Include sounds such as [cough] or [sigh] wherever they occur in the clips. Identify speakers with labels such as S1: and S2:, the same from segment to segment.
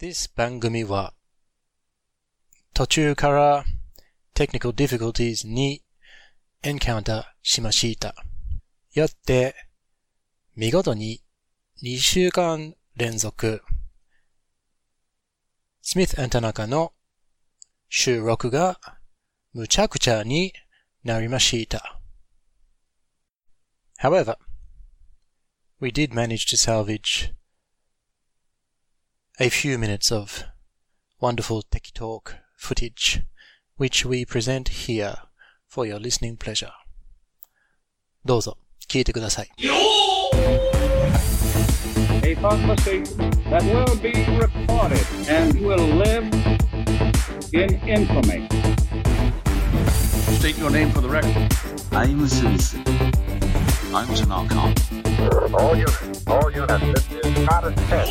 S1: This 番組は途中から technical difficulties に encounter しました。よって見事に2週間連続 Smith and Tanaka の収録がむちゃくちゃになりました。However, we did manage to salvage a few minutes of wonderful Tech Talk footage, which we present here for your listening pleasure. どうぞ、聞いてください。
S2: a conversation that will be recorded and will live in infamy.
S3: State your name for the record.
S4: I'm Smith. I'm Tanaka.
S5: All units, all units, this is not a test.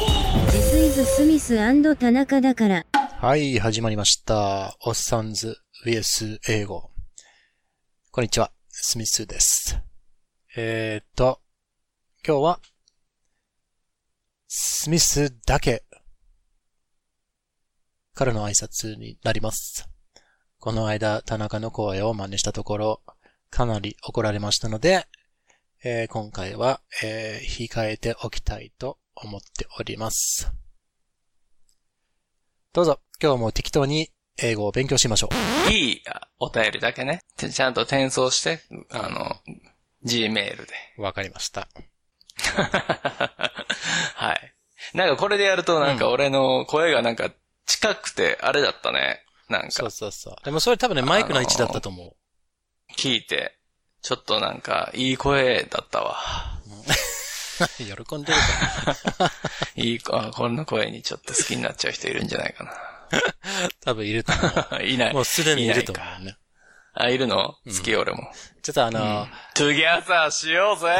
S6: This is Smith 田中だから。
S1: はい、始まりました。おっさんず VS 英語。こんにちは、スミスです。えーっと、今日は、スミスだけからの挨拶になります。この間、田中の声を真似したところ、かなり怒られましたので、えー今回は、えー控えておきたいと思っております。どうぞ、今日も適当に英語を勉強しましょう。
S7: いいあお便りだけね。ちちゃんと転送して、あの、Gmail で。 [laughs]
S1: わかりました。
S7: はい。なんかこれでやると、なんか俺の声がなんか近くて、あれだったね。なん
S1: そ
S7: か
S1: う、そうそう。でもそれ多分ね、マイクの位置だったと思う。
S7: 聞いて、ちょっとなんか、いい声だったわ。
S1: [laughs] 喜んでるから。
S7: いい子、あこんな声にちょっと好きになっちゃう人いるんじゃないか
S1: 多分いると思
S7: な。いな
S1: う。[laughs]
S7: い。
S1: もうすでにいると思
S7: ないう
S1: ね。
S7: かあ、いるの好き、俺も。
S1: ちょっとあの、
S7: トゥギャザーしようぜ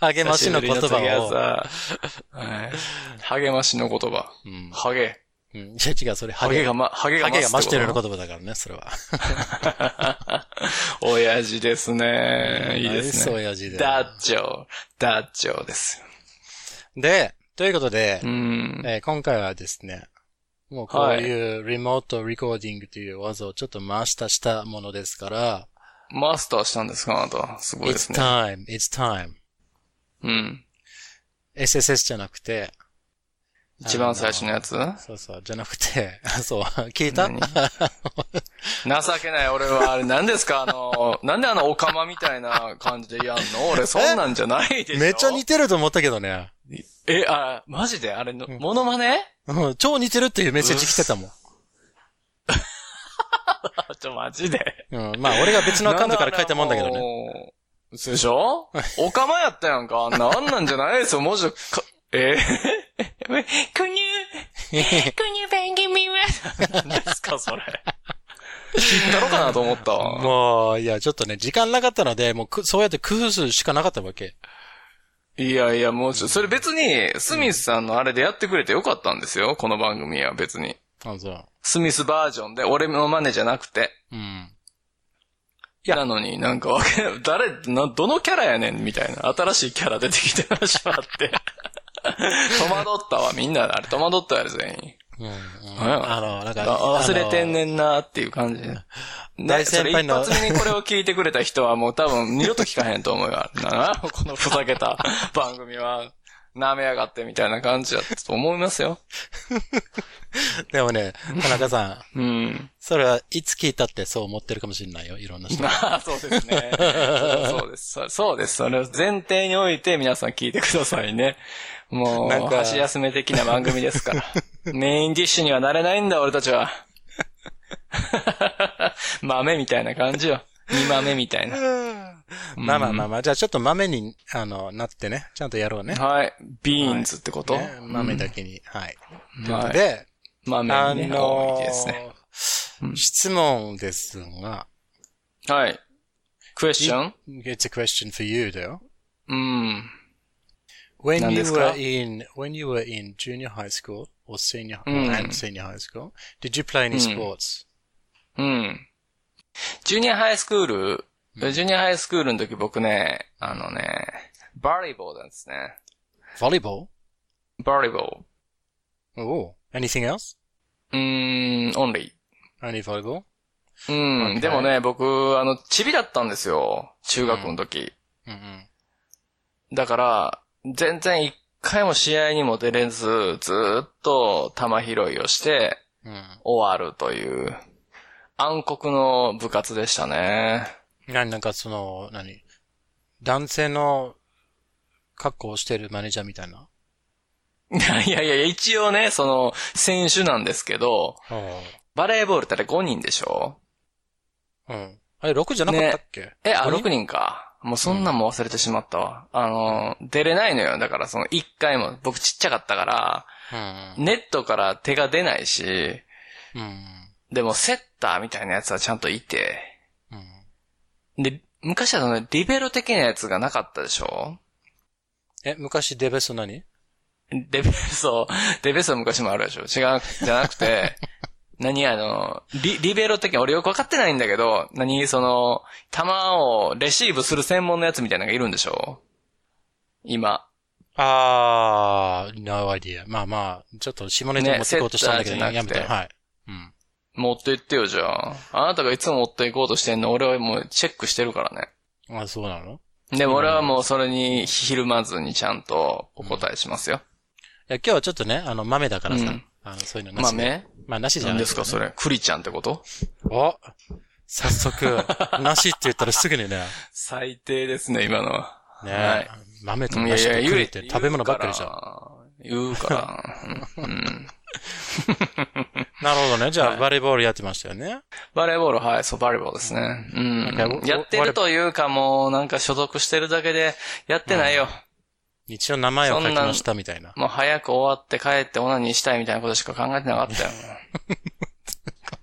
S1: 励ましの言
S7: 久ぶり [laughs] のトゥギャ
S1: 葉を。
S7: ザーはい励ましの言葉。
S1: うん
S7: ハゲ。
S1: うんいや違う、それ、ハ
S7: ハゲ
S1: ゲ
S7: が、ま、ハゲが
S1: ハゲが増してるの
S7: こ
S1: 言
S7: と。
S1: 葉だからね、それは。
S7: [laughs] 親父ですね。いいです
S1: そう、
S7: ね。
S1: 親父で。
S7: ダッチョウ。ダッチョウです。
S1: で、ということで
S7: う、ん。
S1: えー今回はですね、もうこういうリモートリコーディングという技をちょっとマスターしたものですから、
S7: マスターしたんですかあなた。すごいで
S1: it's
S7: すね。
S1: time, it's time.
S7: うん。
S1: SSS じゃなくて、
S7: 一番最初のやつ
S1: そうそう、じゃなくて、 [laughs] あそう、聞いた
S7: 何情けない、俺は。あれ、何ですか
S1: [laughs]
S7: あの、なんであの、オカマみたいな感じでやんの俺、そんなんじゃないでしょ
S1: めっちゃ似てると思ったけどね。
S7: え、あ、マジであれの、モノマネ
S1: うん、超似てるっていうメッセージ来てた
S7: [laughs]
S1: もん。
S7: あ、ちょ、マジで。
S1: うん、まあ俺が別のアカウントから書いたもんだけどね。
S7: ね。嘘でし
S1: [laughs]
S7: ょおかまやったやんか。あんな、あんなんじゃないですよ。文字をか、えー、くにゅ、くにゅペンギンみめ。何ですか、それ。知ったろかなと思ったわ。
S1: もう、いや、ちょっとね、時間なかったので、もうく、そうやって工夫するしかなかったわけ。
S7: いやいや、もうちょ、それ別に、スミスさんのあれでやってくれてよかったんですよ。この番組は別に。
S1: あ、そう。
S7: スミスバージョンで、俺の真似じゃなくて。
S1: うん。
S7: なのになんかわけ、 [laughs] 誰、な、どのキャラやねんみたいな。新しいキャラ出てきてましまって。 [laughs] 戸惑ったわ、みんな。あれ、戸惑ったや、全員。
S1: うん、うん。
S7: 何や
S1: あの、なんか、
S7: あ忘れてん
S1: ね。
S7: ねんなっていう感じ。ね、
S1: 大先輩の
S7: それ一発目にこれを聞いてくれた人はもう多分二度と聞かへんと思うよ。
S1: [laughs]
S7: な、このふざけた番組は、舐めやがってみたいな感じだったと思いますよ。
S1: でも
S7: [laughs]
S1: ね、田中さん、
S7: うん。
S1: それはいつ聞いたってそう思ってるかもしれないよ、いろんな人。
S7: [laughs] まあ、そうですね。そうです。そそうです。それを前提において皆さん聞いてくださいね。もう、
S1: なんか
S7: 箸休め的な番組で
S1: [laughs]
S7: すから。メインディッシュにはなれないんだ、俺たちは。 [laughs] 豆みたいな感じよ。煮豆みたいな。
S1: まあまあまあまあ、じゃあちょっと豆に、あの、なってね、ちゃんとやろうね。
S7: はい。ビーンズってこと、
S1: ね豆だけに、はい。
S7: はい
S1: で、あ
S7: 豆にね、
S1: の
S7: 多いですね。うん
S1: 質問ですが、
S7: はい。クエスチョン
S1: It's a question for you だよ。
S7: うん。
S1: When
S7: 何で
S1: you
S7: す
S1: were
S7: か
S1: in when you were in junior high school or senior
S7: うん
S1: and senior high school, did you play any
S7: うん
S1: sports?
S7: うん。ジュニアハイスクール、ジュニアハイスクールの時僕ね、あのね、バリボーなんですね。
S1: Volleyball?
S7: バリボ
S1: お
S7: ー。
S1: お。 Anything else?
S7: うーん、オンリ
S1: Only volleyball?
S7: ー。うん、
S1: Okay.
S7: でもね、僕、あの、チビだったんですよ。中学の時。
S1: うん
S7: だから、全然一回も試合にも出れず、ずーっと玉拾いをして
S1: うん。
S7: 終わるという、暗黒の部活でしたね。
S1: うん。ななんかその、何男性の格好をしてるマネージャーみたいな。
S7: [laughs] いやいやいや、一応ね、その、選手なんですけど、バレーボールってあれ5人でしょ
S1: うん。あれ6じゃなかったっけ、
S7: え、あ、
S1: 五
S7: 6
S1: 人
S7: 人か。もうそんなんも忘れてしまったわ。あの、出れないのよ。だからその1回も、僕ちっちゃかったから、
S1: うん。
S7: ネットから手が出ないし、
S1: うん。
S7: でもセッターみたいなやつはちゃんといて、
S1: うん。
S7: で、昔はその、リベロ的なやつがなかったでしょ
S1: え、昔デベソ何
S7: デベソ、デベソ昔もあるでしょ違う、じゃなく [laughs] て、何あの、リ、リベロ的な、俺よくわかってないんだけど、何その、球をレシーブする専門のやつみたいなのがいるんでしょ今。
S1: あー、no idea. まあまあ、ちょっと下ネタ持っていこうとしたんだけど、
S7: ね
S1: やめた。
S7: セッターじゃなくて
S1: はい。うん。
S7: 持って行ってよ、じゃあ。あなたがいつも持って行こうとしてんの、俺はもうチェックしてるからね。
S1: あ、そうなの
S7: でも俺はもうそれにひるまずにちゃんとお答えしますよ。
S1: いや、今日はちょっとね、あの、豆だからさ、
S7: うん
S1: あの、そういうのな
S7: まあ
S1: しで。
S7: ね。
S1: まあ、なしじゃな
S7: 何
S1: い
S7: ですか、そ
S1: れ。
S7: れ。クリちゃんってこと
S1: お早速、
S7: [laughs]
S1: なしって言ったらすぐにね、
S7: 最低ですね、今のは。
S1: ね、
S7: はい
S1: 豆となしと栗って食べ物ばっかりじゃん。
S7: 言うから。
S1: [laughs]
S7: 言うからうん
S1: なるほどね。じゃあ、バレーボールやってましたよね。
S7: バレーボール、はい、そう、バレーボールですね。う
S1: なんか
S7: ん
S1: お。
S7: やってるというか、もう、なんか所属してるだけで、やってないよ。
S1: 一応名前を書きましたみたいな。
S7: もう早く終わって帰ってオナニーしたいみたいなことしか考えてな
S1: [laughs]
S7: かったよ。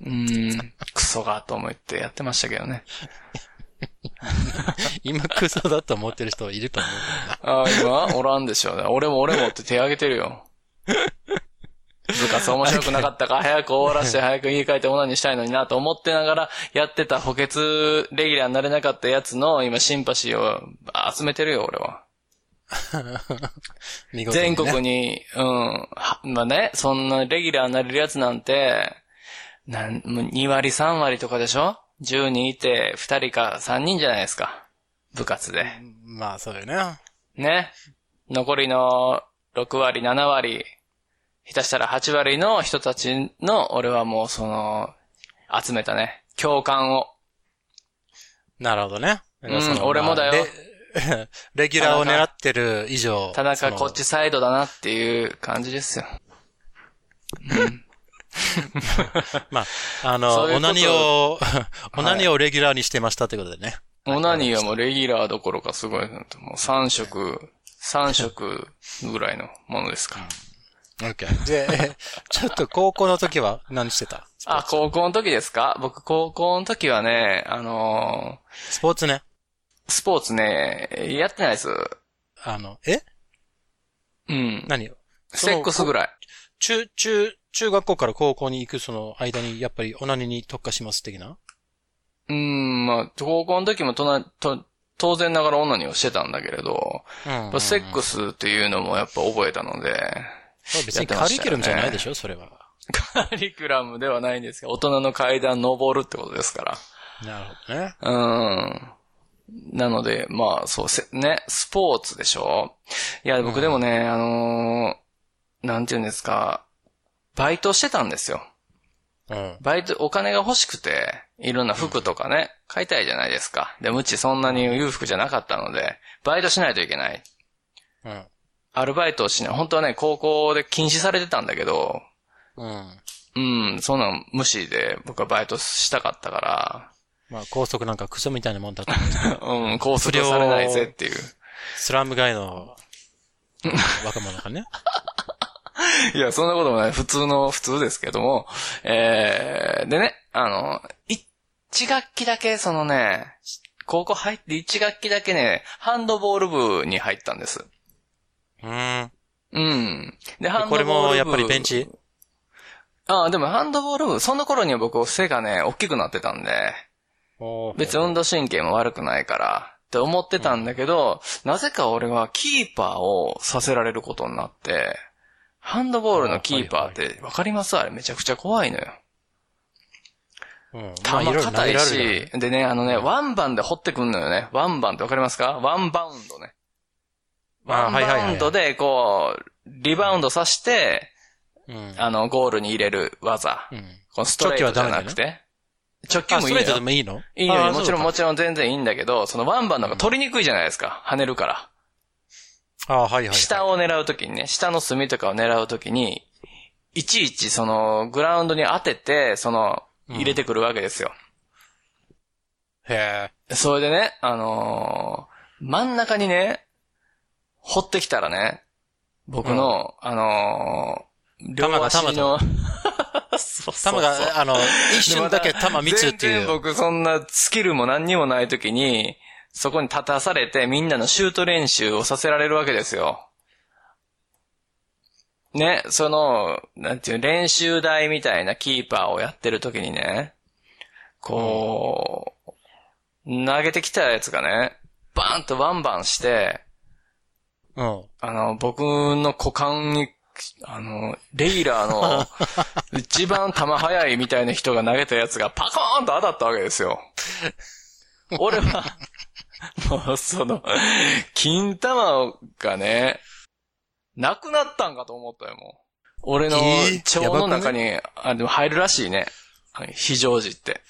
S7: うん。クソがと思ってやってましたけどね。
S1: 今、クソだと思ってる人いると思うけどな。
S7: ああ、今おらんでしょうね。俺も俺もって手挙げてるよ。部活面白くなかったから早く終わらして早く家帰ってオナニーしたいのになと思ってながらやってた補欠レギュラーになれなかったやつの今シンパシーを集めてるよ、俺は。
S1: [laughs] 見事に
S7: 全
S1: ね
S7: 国に、うん、はまあね、そんなレギュラーになれるやつなんて、なん、もう2割3割とかでしょ ?10 人いて2人か3人じゃないですか。部活で。
S1: まあ、そうよね。
S7: ね。残りの6割、7割、下手したら8割の人たちの、俺はもうその、集めたね。共感を。
S1: なるほどね。
S7: うん
S1: その
S7: 俺もだよ。
S1: まあレ [laughs] レギュラーを狙ってる以上。
S7: 田
S1: そ
S7: 中
S1: の
S7: こっちサイドだなっていう感じですよ。
S1: まあ、あの、
S7: そういう
S1: オ
S7: こと
S1: ナニ
S7: [laughs]
S1: を、オナニをレギュラーにしてましたってことでね。
S7: オナニーはもうレギュラーどころかすごいなと。もう3食、3食ぐらいのものですから。
S1: OK。で、 [laughs] えちょっと高校の時は何してた
S7: あ、高校の時ですか僕高校の時はね、あの
S1: スポーツね。
S7: ースポーツね、やってないです。
S1: あの、え
S7: うん。
S1: 何
S7: セックスぐらい。
S1: 中、中、中学校から高校に行くその間に、やっぱりオナニに特化します的な
S7: うーん、まあ、高校の時もとな、と、当然ながら女にはしてたんだけれど、
S1: うん
S7: やっぱセックスっていうのもやっぱ覚えたので、 [laughs]
S1: 別にカリキュラムじゃないでしょ、それは。
S7: カリキュラムではないんですけど、大人の階段登るってことですか
S1: なるほどね。
S7: ら。うーん。なので、まあ、そうせ、ね、スポーツでしょいや、僕でもね、あのーなんていうんですか、バイトしてたんですよ。
S1: うん。
S7: バイト、お金が欲しくて、いろんな服とかね、買いたいじゃないですか。で、うちそんなに裕福じゃなかったので、バイトしないといけない。
S1: うん。
S7: アルバイトをしない。本当はね、高校で禁止されてたんだけど、
S1: うん。
S7: うん、そんなん無視で僕はバイトしたかったか
S1: まあ、高速なんかクソみたいなもんだと。
S7: ら、うん、拘束されないぜっていう。
S1: スラム街
S7: [laughs]
S1: の若者がね。
S7: いや、そんなこともない。普通の、普通ですけども。えー、でね、あの、一学期だけ、そのね、高校入って一学期だけね、ハンドボール部に入ったんです。
S1: うん。
S7: うん。で、ハンドボール部。
S1: これもやっぱりベンチ
S7: ああ、でもハンドボール部、その頃には僕背がね、大きくなってたんで、別に運動神経も悪くないから、って思ってたんだけど、なぜか俺はキーパーをさせられることになって、ハンドボールのキーパーって、わかりますあれめちゃくちゃ怖いのよ。
S1: うん。まあいろいろ
S7: 球
S1: 投
S7: 硬
S1: げ
S7: い
S1: られる
S7: し、でね、あのね、ワンバンで掘ってくんのよね。ワンバンってわかりますかワンバウンドね。
S1: あ
S7: ワン
S1: はいはいはい
S7: バウンドで、こう、リバウンドさして、
S1: からね。
S7: あの、ゴールに入れる技。
S1: うん。うん。
S7: このストレートじゃなくて。直球
S1: あ、
S7: も
S1: ス
S7: いい
S1: トレ
S7: の
S1: ートで
S7: よ。
S1: もいいの
S7: いいの
S1: あ
S7: よ。もちろん、
S1: そう
S7: もちろん全然いいんだけど、そのワンバウンドが取りにくいじゃないですか。跳ねるから。
S1: かあ、はいはいはい。
S7: 下を狙うときにね、下の隅とかを狙うときに、いちいちその、グラウンドに当てて、その、入れてくるわけですよ。
S1: へ
S7: それでね、あのー真ん中にね、掘ってきたらね、僕の、あのー両足
S1: 球
S7: の、 [laughs] そう
S1: え。
S7: そうそ
S1: 球
S7: う
S1: が、あの、一瞬だけ球見つってい
S7: 全然
S1: う。
S7: 僕そんなスキルも何にもない時に、そこに立たされてみんなのシュート練習をさせられるわけですよ。ね、その、なんていう、練習台みたいなキーパーをやってる時にね、こう、投げてきたやつがね、バーンとワンバンして、
S1: うん。
S7: あの、僕の股間に、あの、レイラ
S1: [laughs]
S7: ーの一番球速いみたいな人が投げたやつがパコーンと当たったわけですよ。俺は、もうその、金玉がね、なくなったんかと思ったよ、もう。俺の
S1: えー
S7: 腸の中に、あ、でも入るらしいね。あの非常時って。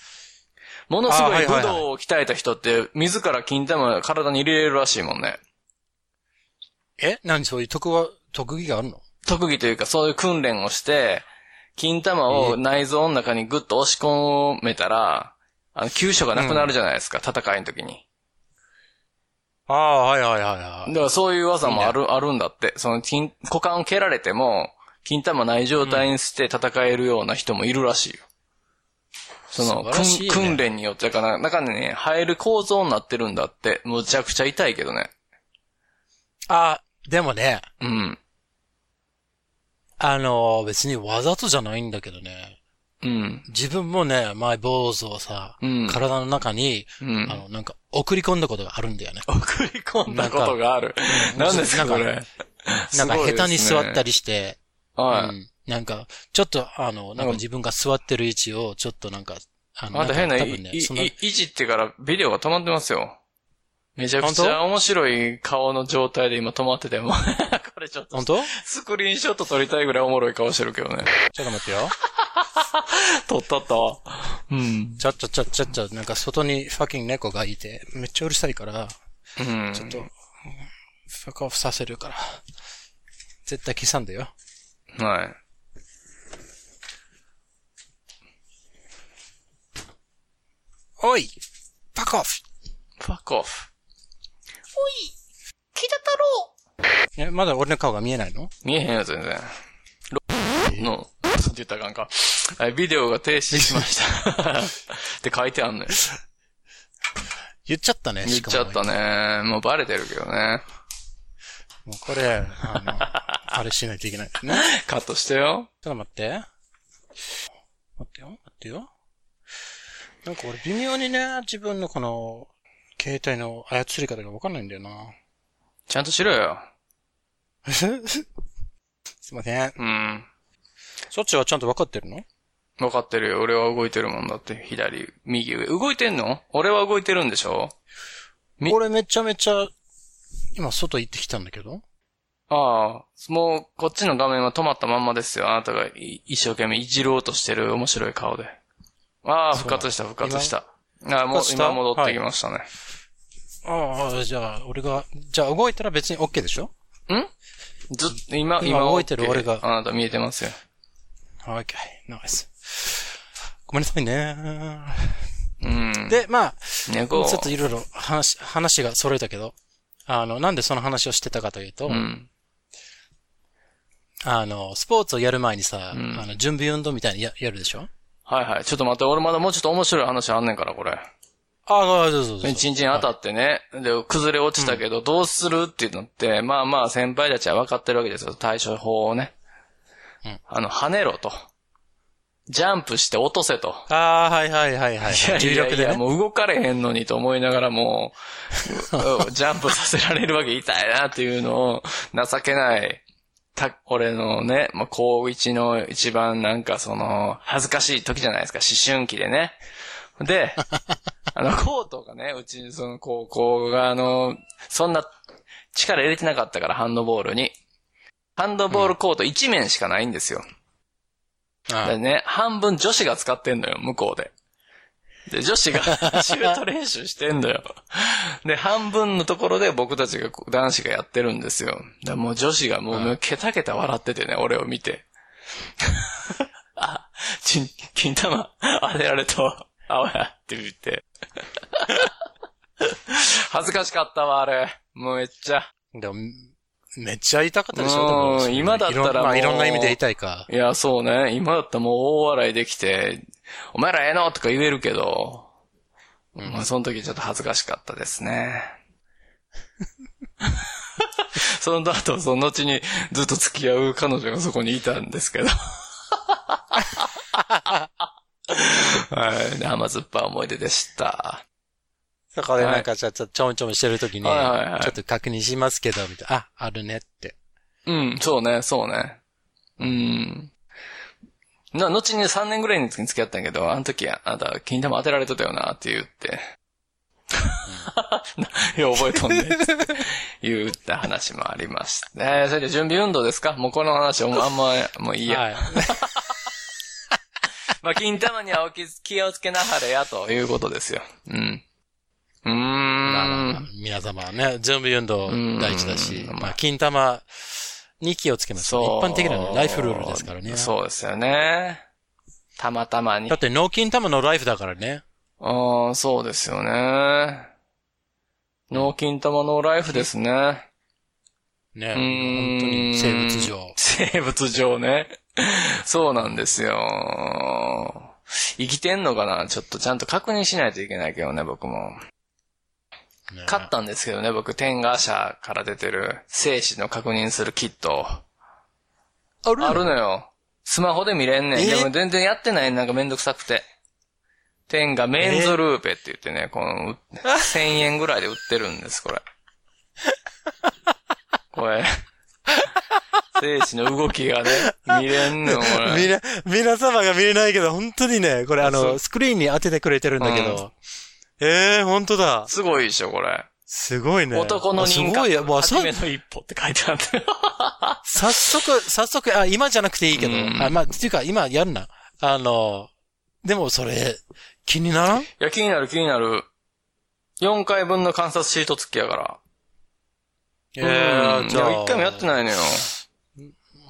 S7: ものすご
S1: あはいいはいは
S7: 武
S1: い
S7: 道を鍛えた人って、自ら金玉を体に入れれるらしいもんね。
S1: え何そういう特技、特技があるの
S7: 特技というかそういう訓練をして、金玉を内臓の中にグッと押し込めたら、あの、急所がなくなるじゃないですか、戦いの時に。
S1: ああ、はいはいはいは
S7: だ
S1: い。
S7: からそういう技もある、あるんだって。その、金、股間を蹴られても、金玉ない状態にして戦えるような人もいるらしいよ。そ
S1: 素
S7: の、
S1: 晴らしいね
S7: 訓訓練によって、だから、中にね、入る構造になってるんだって、むちゃくちゃ痛いけどね。
S1: あ、でもね、
S7: うん。
S1: あの、別にわざとじゃないんだけどね。
S7: うん。
S1: 自分もね、マイボーズをさ、
S7: うん
S1: 体の中に、
S7: うん
S1: あの、なんか、送り込んだことがあるんだよね。
S7: 送り込んだことがある。何ですか、
S1: なんか
S7: これ。
S1: [laughs] なんか、下手に座った
S7: り。
S1: りして、
S7: はい。
S1: うんなんか、ちょっと、あの、なん
S7: うん
S1: か自分が座ってる位置を、ちょっとなんか、あの、
S7: また変な、
S1: んか
S7: い、
S1: 多分
S7: い、
S1: ね、その
S7: い、いじってからビデオが止まってますよ。めちゃくちゃ面白い顔の状態で今止まってても。 [laughs] これちょっと
S1: 本、当
S7: スクリーンショット撮りたいぐらいおもろい顔してるけどね。
S1: ちょっと待ってよ。
S7: [laughs] 撮ったったわ。うん。
S1: ちゃっちゃっちゃっちゃっちゃ、なんか外にファキン猫がいて、めっちゃうるさいから、
S7: うん。
S1: ちょっと、ファクオフさせるから。絶対消さんだよ。
S7: はい。
S1: おいバックオフ
S7: ファックオフ。
S1: え、まだ俺の顔が見えないの
S7: 見えへんよ、全然。ロの、そうって言ったらあかんか。はいビデオが停止しま [laughs] した。って書いてあんのよ。
S1: 言っちゃったね、
S7: 言っ
S1: しか
S7: ちゃ
S1: も
S7: ったね。もうバレてるけどね。
S1: もうこれ、あの、あれしないといけない
S7: [laughs]
S1: ですね。
S7: カットしてよ。
S1: ちょっと待って。待ってよ、待ってよ。なんか俺微妙にね、自分のこの、携帯の操り方がわかんないんだよな。 [laughs]
S7: ちゃんとしろよ。
S1: すいません。
S7: うん。
S1: そっちはちゃんとわかってるの
S7: 分かってるよ。俺は動いてるもんだって。左、右上。動いてんの俺は動いてるんでしょみ
S1: 俺めちゃめちゃ、今外行ってきたんだけど。
S7: ああ、もう、こっちの画面は止まったまんまですよ。あなたがい一生懸命いじろうとしてる面白い顔で。ああ、
S1: そう
S7: 復活した、復活した。ああ、
S1: 復
S7: もう
S1: 活した
S7: 今戻ってきましたね。
S1: ああ、じゃあ俺が、じゃあ動いたら別に OK でしょ
S7: ずっと、今、
S1: 今
S7: 今、
S1: 動いてる
S7: OK
S1: 俺が
S7: あなた見えてますよ。
S1: ?OK、ナイス。ごめんなさいね。
S7: うん。
S1: で、まあ、
S7: 猫を
S1: ちょっといろいろ話、話が揃えたけど、あの、なんでその話をしてたかというと、
S7: うん。
S1: あの、スポーツをやる前にさ、
S7: うん
S1: あの、準備運動みたいにややるでしょ
S7: はいはい。ちょっと待って、俺まだもうちょっと面白い話あんねんから、これ。
S1: ああ、そうそうそう。
S7: チンチン当たってね、で、崩れ落ちたけど、どうするっていうのって、まあまあ先輩たちは分かってるわけですよ。対処法をね。
S1: うん
S7: あの、跳ねろと。ジャンプして落とせと。
S1: ああ、はいはいはいはい
S7: いや。
S1: 重
S7: いや
S1: 力
S7: い
S1: で
S7: や、
S1: ね。
S7: もう動かれへんのにと思いながら
S1: [laughs]
S7: もう、ううジャンプさせられるわけ痛いなっていうのを、情けないた、俺のね、まあ、高一の一番なんかその、恥ずかしい時じゃないですか、思春期でね。
S1: [laughs]
S7: で、あの、コートがね、うちその高校が、あの、そんな力入れてなかったから、ハンドボールに。ハンドボールコート1面しかないんですよ。
S1: あ
S7: でね、半分女子が使ってんのよ、向こうで。で、女子が [laughs] シュート練習してんのよ。で、半分のところで僕たちが、男子がやってるんですよ。だからもう女子がもう、ケタケタ笑っててね、俺を見て。 [laughs] あ、ちん、金玉、当てられた。あわや、って言って。 [laughs] 恥ずかしかったわ、あれ。もうめっちゃ。
S1: でもめっちゃ痛かったでしょ、で
S7: うん
S1: もそれ
S7: 今だっ
S1: い
S7: たら
S1: ろんま
S7: も
S1: あ、
S7: う
S1: いろんな意味で痛いか。
S7: いや、そうね。今だったらもう大笑いできて、お前らええのとか言えるけど、まあ、その時ちょっと恥ずかしかったですね。 [laughs] その後、その後にずっと付き合う彼女がそこにいたんですけど。 [laughs] はい。で甘酸っぱい思い出でした。
S1: だからなんか、ちょっとちょんちょんしてるときに、ち
S7: はいはいは
S1: ょ
S7: い
S1: っと確認しますけど、みたいな。あ、あるねって。
S7: うん、そうね、そうね。うん。な、後に3年ぐらいに付き合ったんやけど、あの時、あなた、金玉当てられてたよな、って言って。 [laughs] いや、覚えとんねんって言った話もありました。えー、それで準備運動ですかもうこの話、もうあんま、もういいや。
S1: はい。
S7: まあ、金玉にはお気気をつけなはれや、ということですよ。うん。うーん。
S1: まあまあまあ皆様はね、準備運動大事だし、
S7: うん
S1: まあ、金玉に気をつけます、ね。一般的なねライフルールですからね。
S7: そうですよね。たまたまに
S1: だっ。て、脳金玉のライフだからね。
S7: ああ、そうですよね。脳金玉のライフですね。
S1: ね、
S7: うーん
S1: 本当に生物上。
S7: 生物上ね。そうなんですよ。生きてんのかなちょっとちゃんと確認しないといけないけどね、僕も。
S1: ね
S7: 買ったんですけどね、僕、天ガ社から出てる、精子の確認するキット。
S1: ある
S7: あるのよ。スマホで見れんねん。
S1: え
S7: でも全然やってないなんかめんどくさくて。天がメンズルーペって言ってね、この、1000円ぐらいで売ってるんです、こ
S1: [laughs]
S7: れ。これ。精子の動きがね、見れんのよ、こ
S1: [laughs] み
S7: れ。
S1: な、皆様が見れないけど、本当にね、これあ
S7: そ
S1: の、
S7: う
S1: スクリーンに当ててくれてるんだけ
S7: う
S1: ど。ええー、本当だ。
S7: すごいでしょ、これ。
S1: すごいね。
S7: 男の人
S1: あすごいよ。
S7: 格
S1: もう、
S7: は
S1: さ
S7: じめの一歩って書いてあ [laughs] る。
S1: 早速、早速、あ、今じゃなくていいけど。
S7: うん
S1: あ、まあ、っていうか、今やるな。あの、でもそれ、気にならん
S7: いや、気になる気になる。4回分の観察シート付きやから。
S1: え
S7: うんいや一回もやって
S1: い。
S7: ないのよ。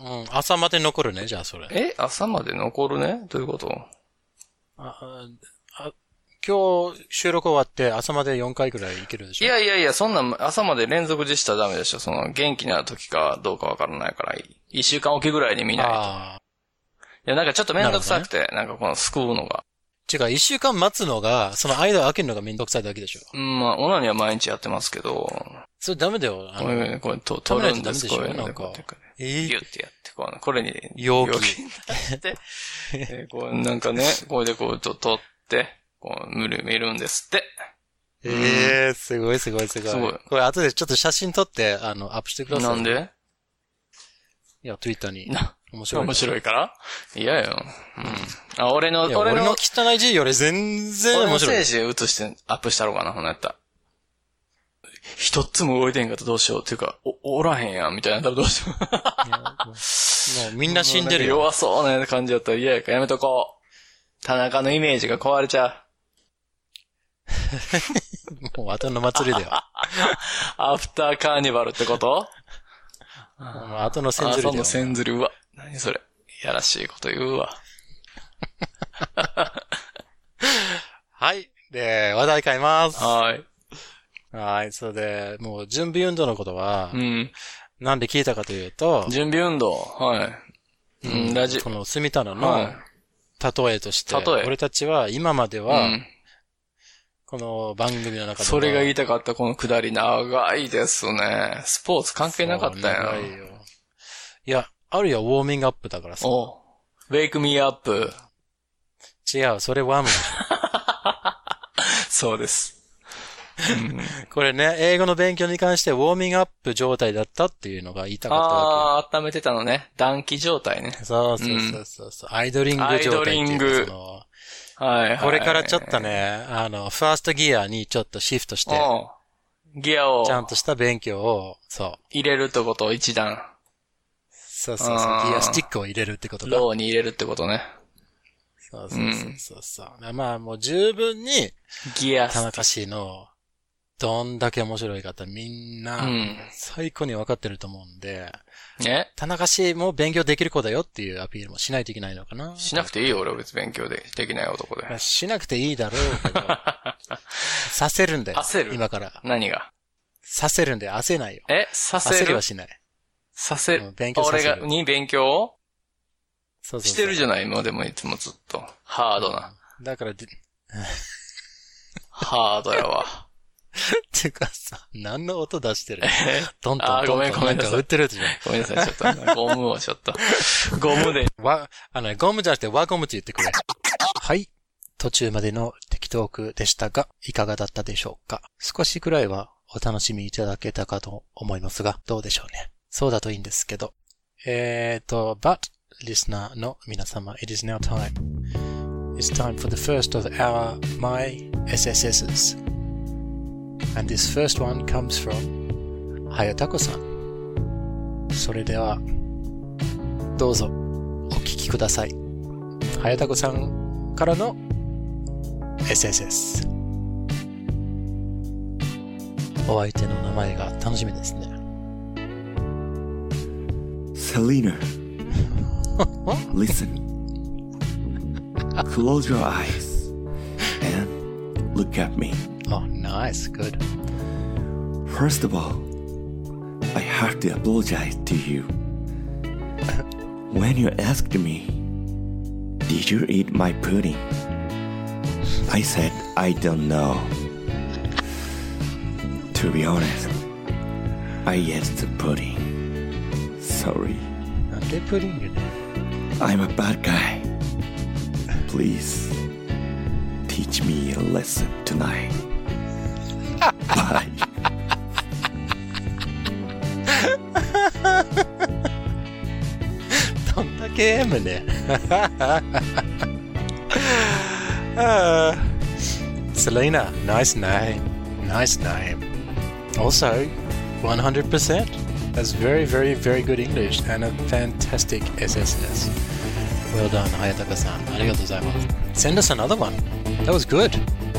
S1: うん、朝まで残るね、じゃあ、それ。
S7: え朝まで残るねどういうこと
S1: ああ今日、収録終わって、朝まで4回くらいいけるでし
S7: い
S1: ょ
S7: やいやいや、そんなん朝まで連続実したらダメでしょ。その元気な時かどうかわからないから、一週間おきぐらいに見ないと。
S1: ああ。
S7: いや、なんかちょっとめんどくさくて、なんかこの救うのが。
S1: 違う、一週間待つのが、その間を空けるのがめんどくさいだけでしょ。
S7: うん、まあ、オナには毎日やってますけど、
S1: それダメだよ。あ
S7: こう
S1: の
S7: いうこれと、
S1: 食
S7: 取
S1: べな
S7: る
S1: い
S7: ん
S1: とダ
S7: で
S1: メ
S7: す、
S1: でし
S7: こ
S1: ょ
S7: ういうの
S1: な
S7: で
S1: んか
S7: こうやってこうやって
S1: え
S7: ギ
S1: ー
S7: ュってやって、こう、これに、
S1: 容器
S7: になって、で [laughs] こう、なんかね、これでこう、と取って、こう、無理見るんですって。
S1: ええすごいすごいすごい。
S7: すごい
S1: これ後でちょっと写真撮って、あの、アップしてください。
S7: なんで
S1: いや、ツイッターに。
S7: な、
S1: 面白い。
S7: 面白いから嫌よ。うん。あ、俺の、
S1: いや
S7: 俺
S1: 俺
S7: の
S1: の汚い字より全然
S7: 俺
S1: 面
S7: の
S1: 白い
S7: 精。子で映してアップしたろうかな、ほんなやったら。一つも動いてへんかったらどうしよう。っていうか、お、おらへんやん、みたいになったらどうしよう。
S1: もうみんな死んでるよ。
S7: 弱そうな感じだったら嫌やからやめとこう。田中のイメージが壊れちゃ
S1: もう後の祭りだよ。
S7: う。アフターカーニバルってこと
S1: もう後の
S7: あ
S1: 千
S7: ー、
S1: 鶴だ
S7: そ
S1: よ
S7: の。千鶴、うわ。何それ。いやらしいこと言うわ。
S1: はい。で、話題変えます。
S7: はーい。
S1: はい。それで、もう準備運動のことは
S7: う、ん。
S1: なんで聞いたかというと、
S7: 準備運動。はい。うん、ラジ
S1: この住田の
S7: は
S1: の例えとして、
S7: 例え
S1: 俺たちは今まで
S7: い。う
S1: は、
S7: ん。
S1: この番組の中では
S7: それが言いたかった、このくだり。長いですね。スポーツ関係なかったやん。
S1: そう長いよいや、あるよ、ウォーミングアップだからさ。
S7: おウェイクミーアップ。
S1: 違う、それワーム。
S7: そうです。 [laughs]
S1: これね、英語の勉強に関してウォーミングアップ状態だったっていうのが言いたかったわ
S7: ああ、温めてたのね。暖気状態ね
S1: け。。そうそうそうそうそう、アイドリング状態ってい
S7: アイ
S1: う
S7: ドリング
S1: かその
S7: はい、はい。
S1: これからちょっとね、あの、ファーストギアにちょっとシフトして、
S7: うん。ギアを
S1: ちゃんとした勉強を、そう。
S7: 入れるってことを一段、
S1: そうそう
S7: あ
S1: そう。
S7: ー
S1: ギアスティックを入れるってことだ。
S7: ローに入れるってことね。
S1: そうそうそうそうそう、まあもう十分に、
S7: ギア
S1: 田
S7: ス。
S1: 中氏の、どんだけ面白い方、みん
S7: う
S1: な、
S7: ん。
S1: 最高に分かってると思うんで、
S7: ね
S1: 田中氏も勉強できる子だよっていうアピールもしないといけないのかな。
S7: しなくていいよ、俺は別に勉強で、できない男で
S1: ま。あしなくていいだろうけ
S7: [laughs]
S1: ど、させるんだよ。
S7: 焦る
S1: 今から。
S7: 何が
S1: させるんで焦ないよ。
S7: え、させ
S1: 焦り
S7: る
S1: はしない。
S7: させ
S1: うん
S7: る。
S1: 勉強さ
S7: 俺
S1: せる
S7: が、に勉強を
S1: そうそうそう
S7: してるじゃない今でもいつもずっと。ハードな。
S1: だから、でっ
S7: ハードや
S1: [laughs]
S7: わ。
S1: ていうかさ、何の音出してるトントン
S7: あー
S1: ト
S7: ごめ
S1: ン
S7: ん
S1: ト
S7: ご
S1: ンな
S7: め
S1: ん
S7: んなさい
S1: か売ってるやつじゃん。
S7: ごめんなさい、ちょっと。ゴムをちょっと。ゴムで。
S1: わ、あのね、ゴムじゃなくて輪ゴムって言ってくれ。はい。途中までの適当句でしたが、いかがだったでしょうか少しくらいはお楽しみいただけたかと思いますが、どうでしょうね。そうだといいんですけど。えーと、but, リスナーの皆様、it is now time. It's time for the first of our My SSS's. And this first one comes from はやたこさん。それでは、どうぞ。お聞きください。早田子さんからの SSS。お相手の名前が楽しみですね。
S3: Selena, listen. Close your eyes and look at me.
S1: Oh, nice, good.
S3: First of all, I have to apologize to you. When you asked me, Did you eat my pudding? I said, I don't know. To be honest, I ate the pudding. Sorry.
S1: なんでプリングね。
S3: I'm a bad guy. Please teach me a lesson tonight. Bye.
S1: どんだけ M ね。 [laughs] あー Selena, nice name. Nice name. Also, 100%. That's very, very, very good English and a fantastic SSS. Well done, Hayataka-san. ありがとうございます。Send us another one. That was good.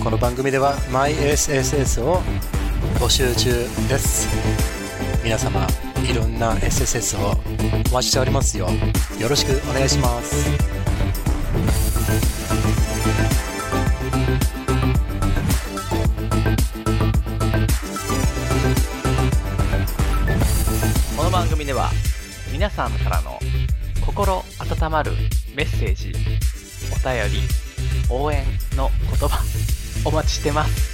S1: この番組では MySSS を募集中です。皆様、いろんな SSS をお待ちしておりますよ。よろしくお願いします。
S8: この番組では皆さんからの心温まるメッセージお便り応援の言葉 [laughs] お待ちしてます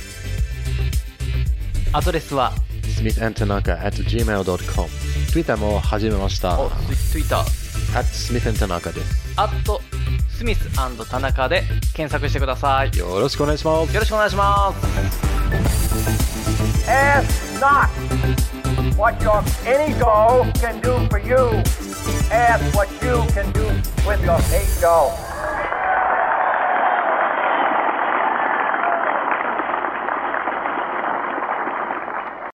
S8: アドレスは
S9: smithandtanaka at gmail.com ツイッターも始めました
S8: お Twitter
S9: at smithandtanaka です
S8: アットスミス田中で検索してくださいよ
S9: よろしくお願いします
S8: ろしくお願いします
S5: Ask not what your any doll can do for you. Ask what you can do with your eight doll.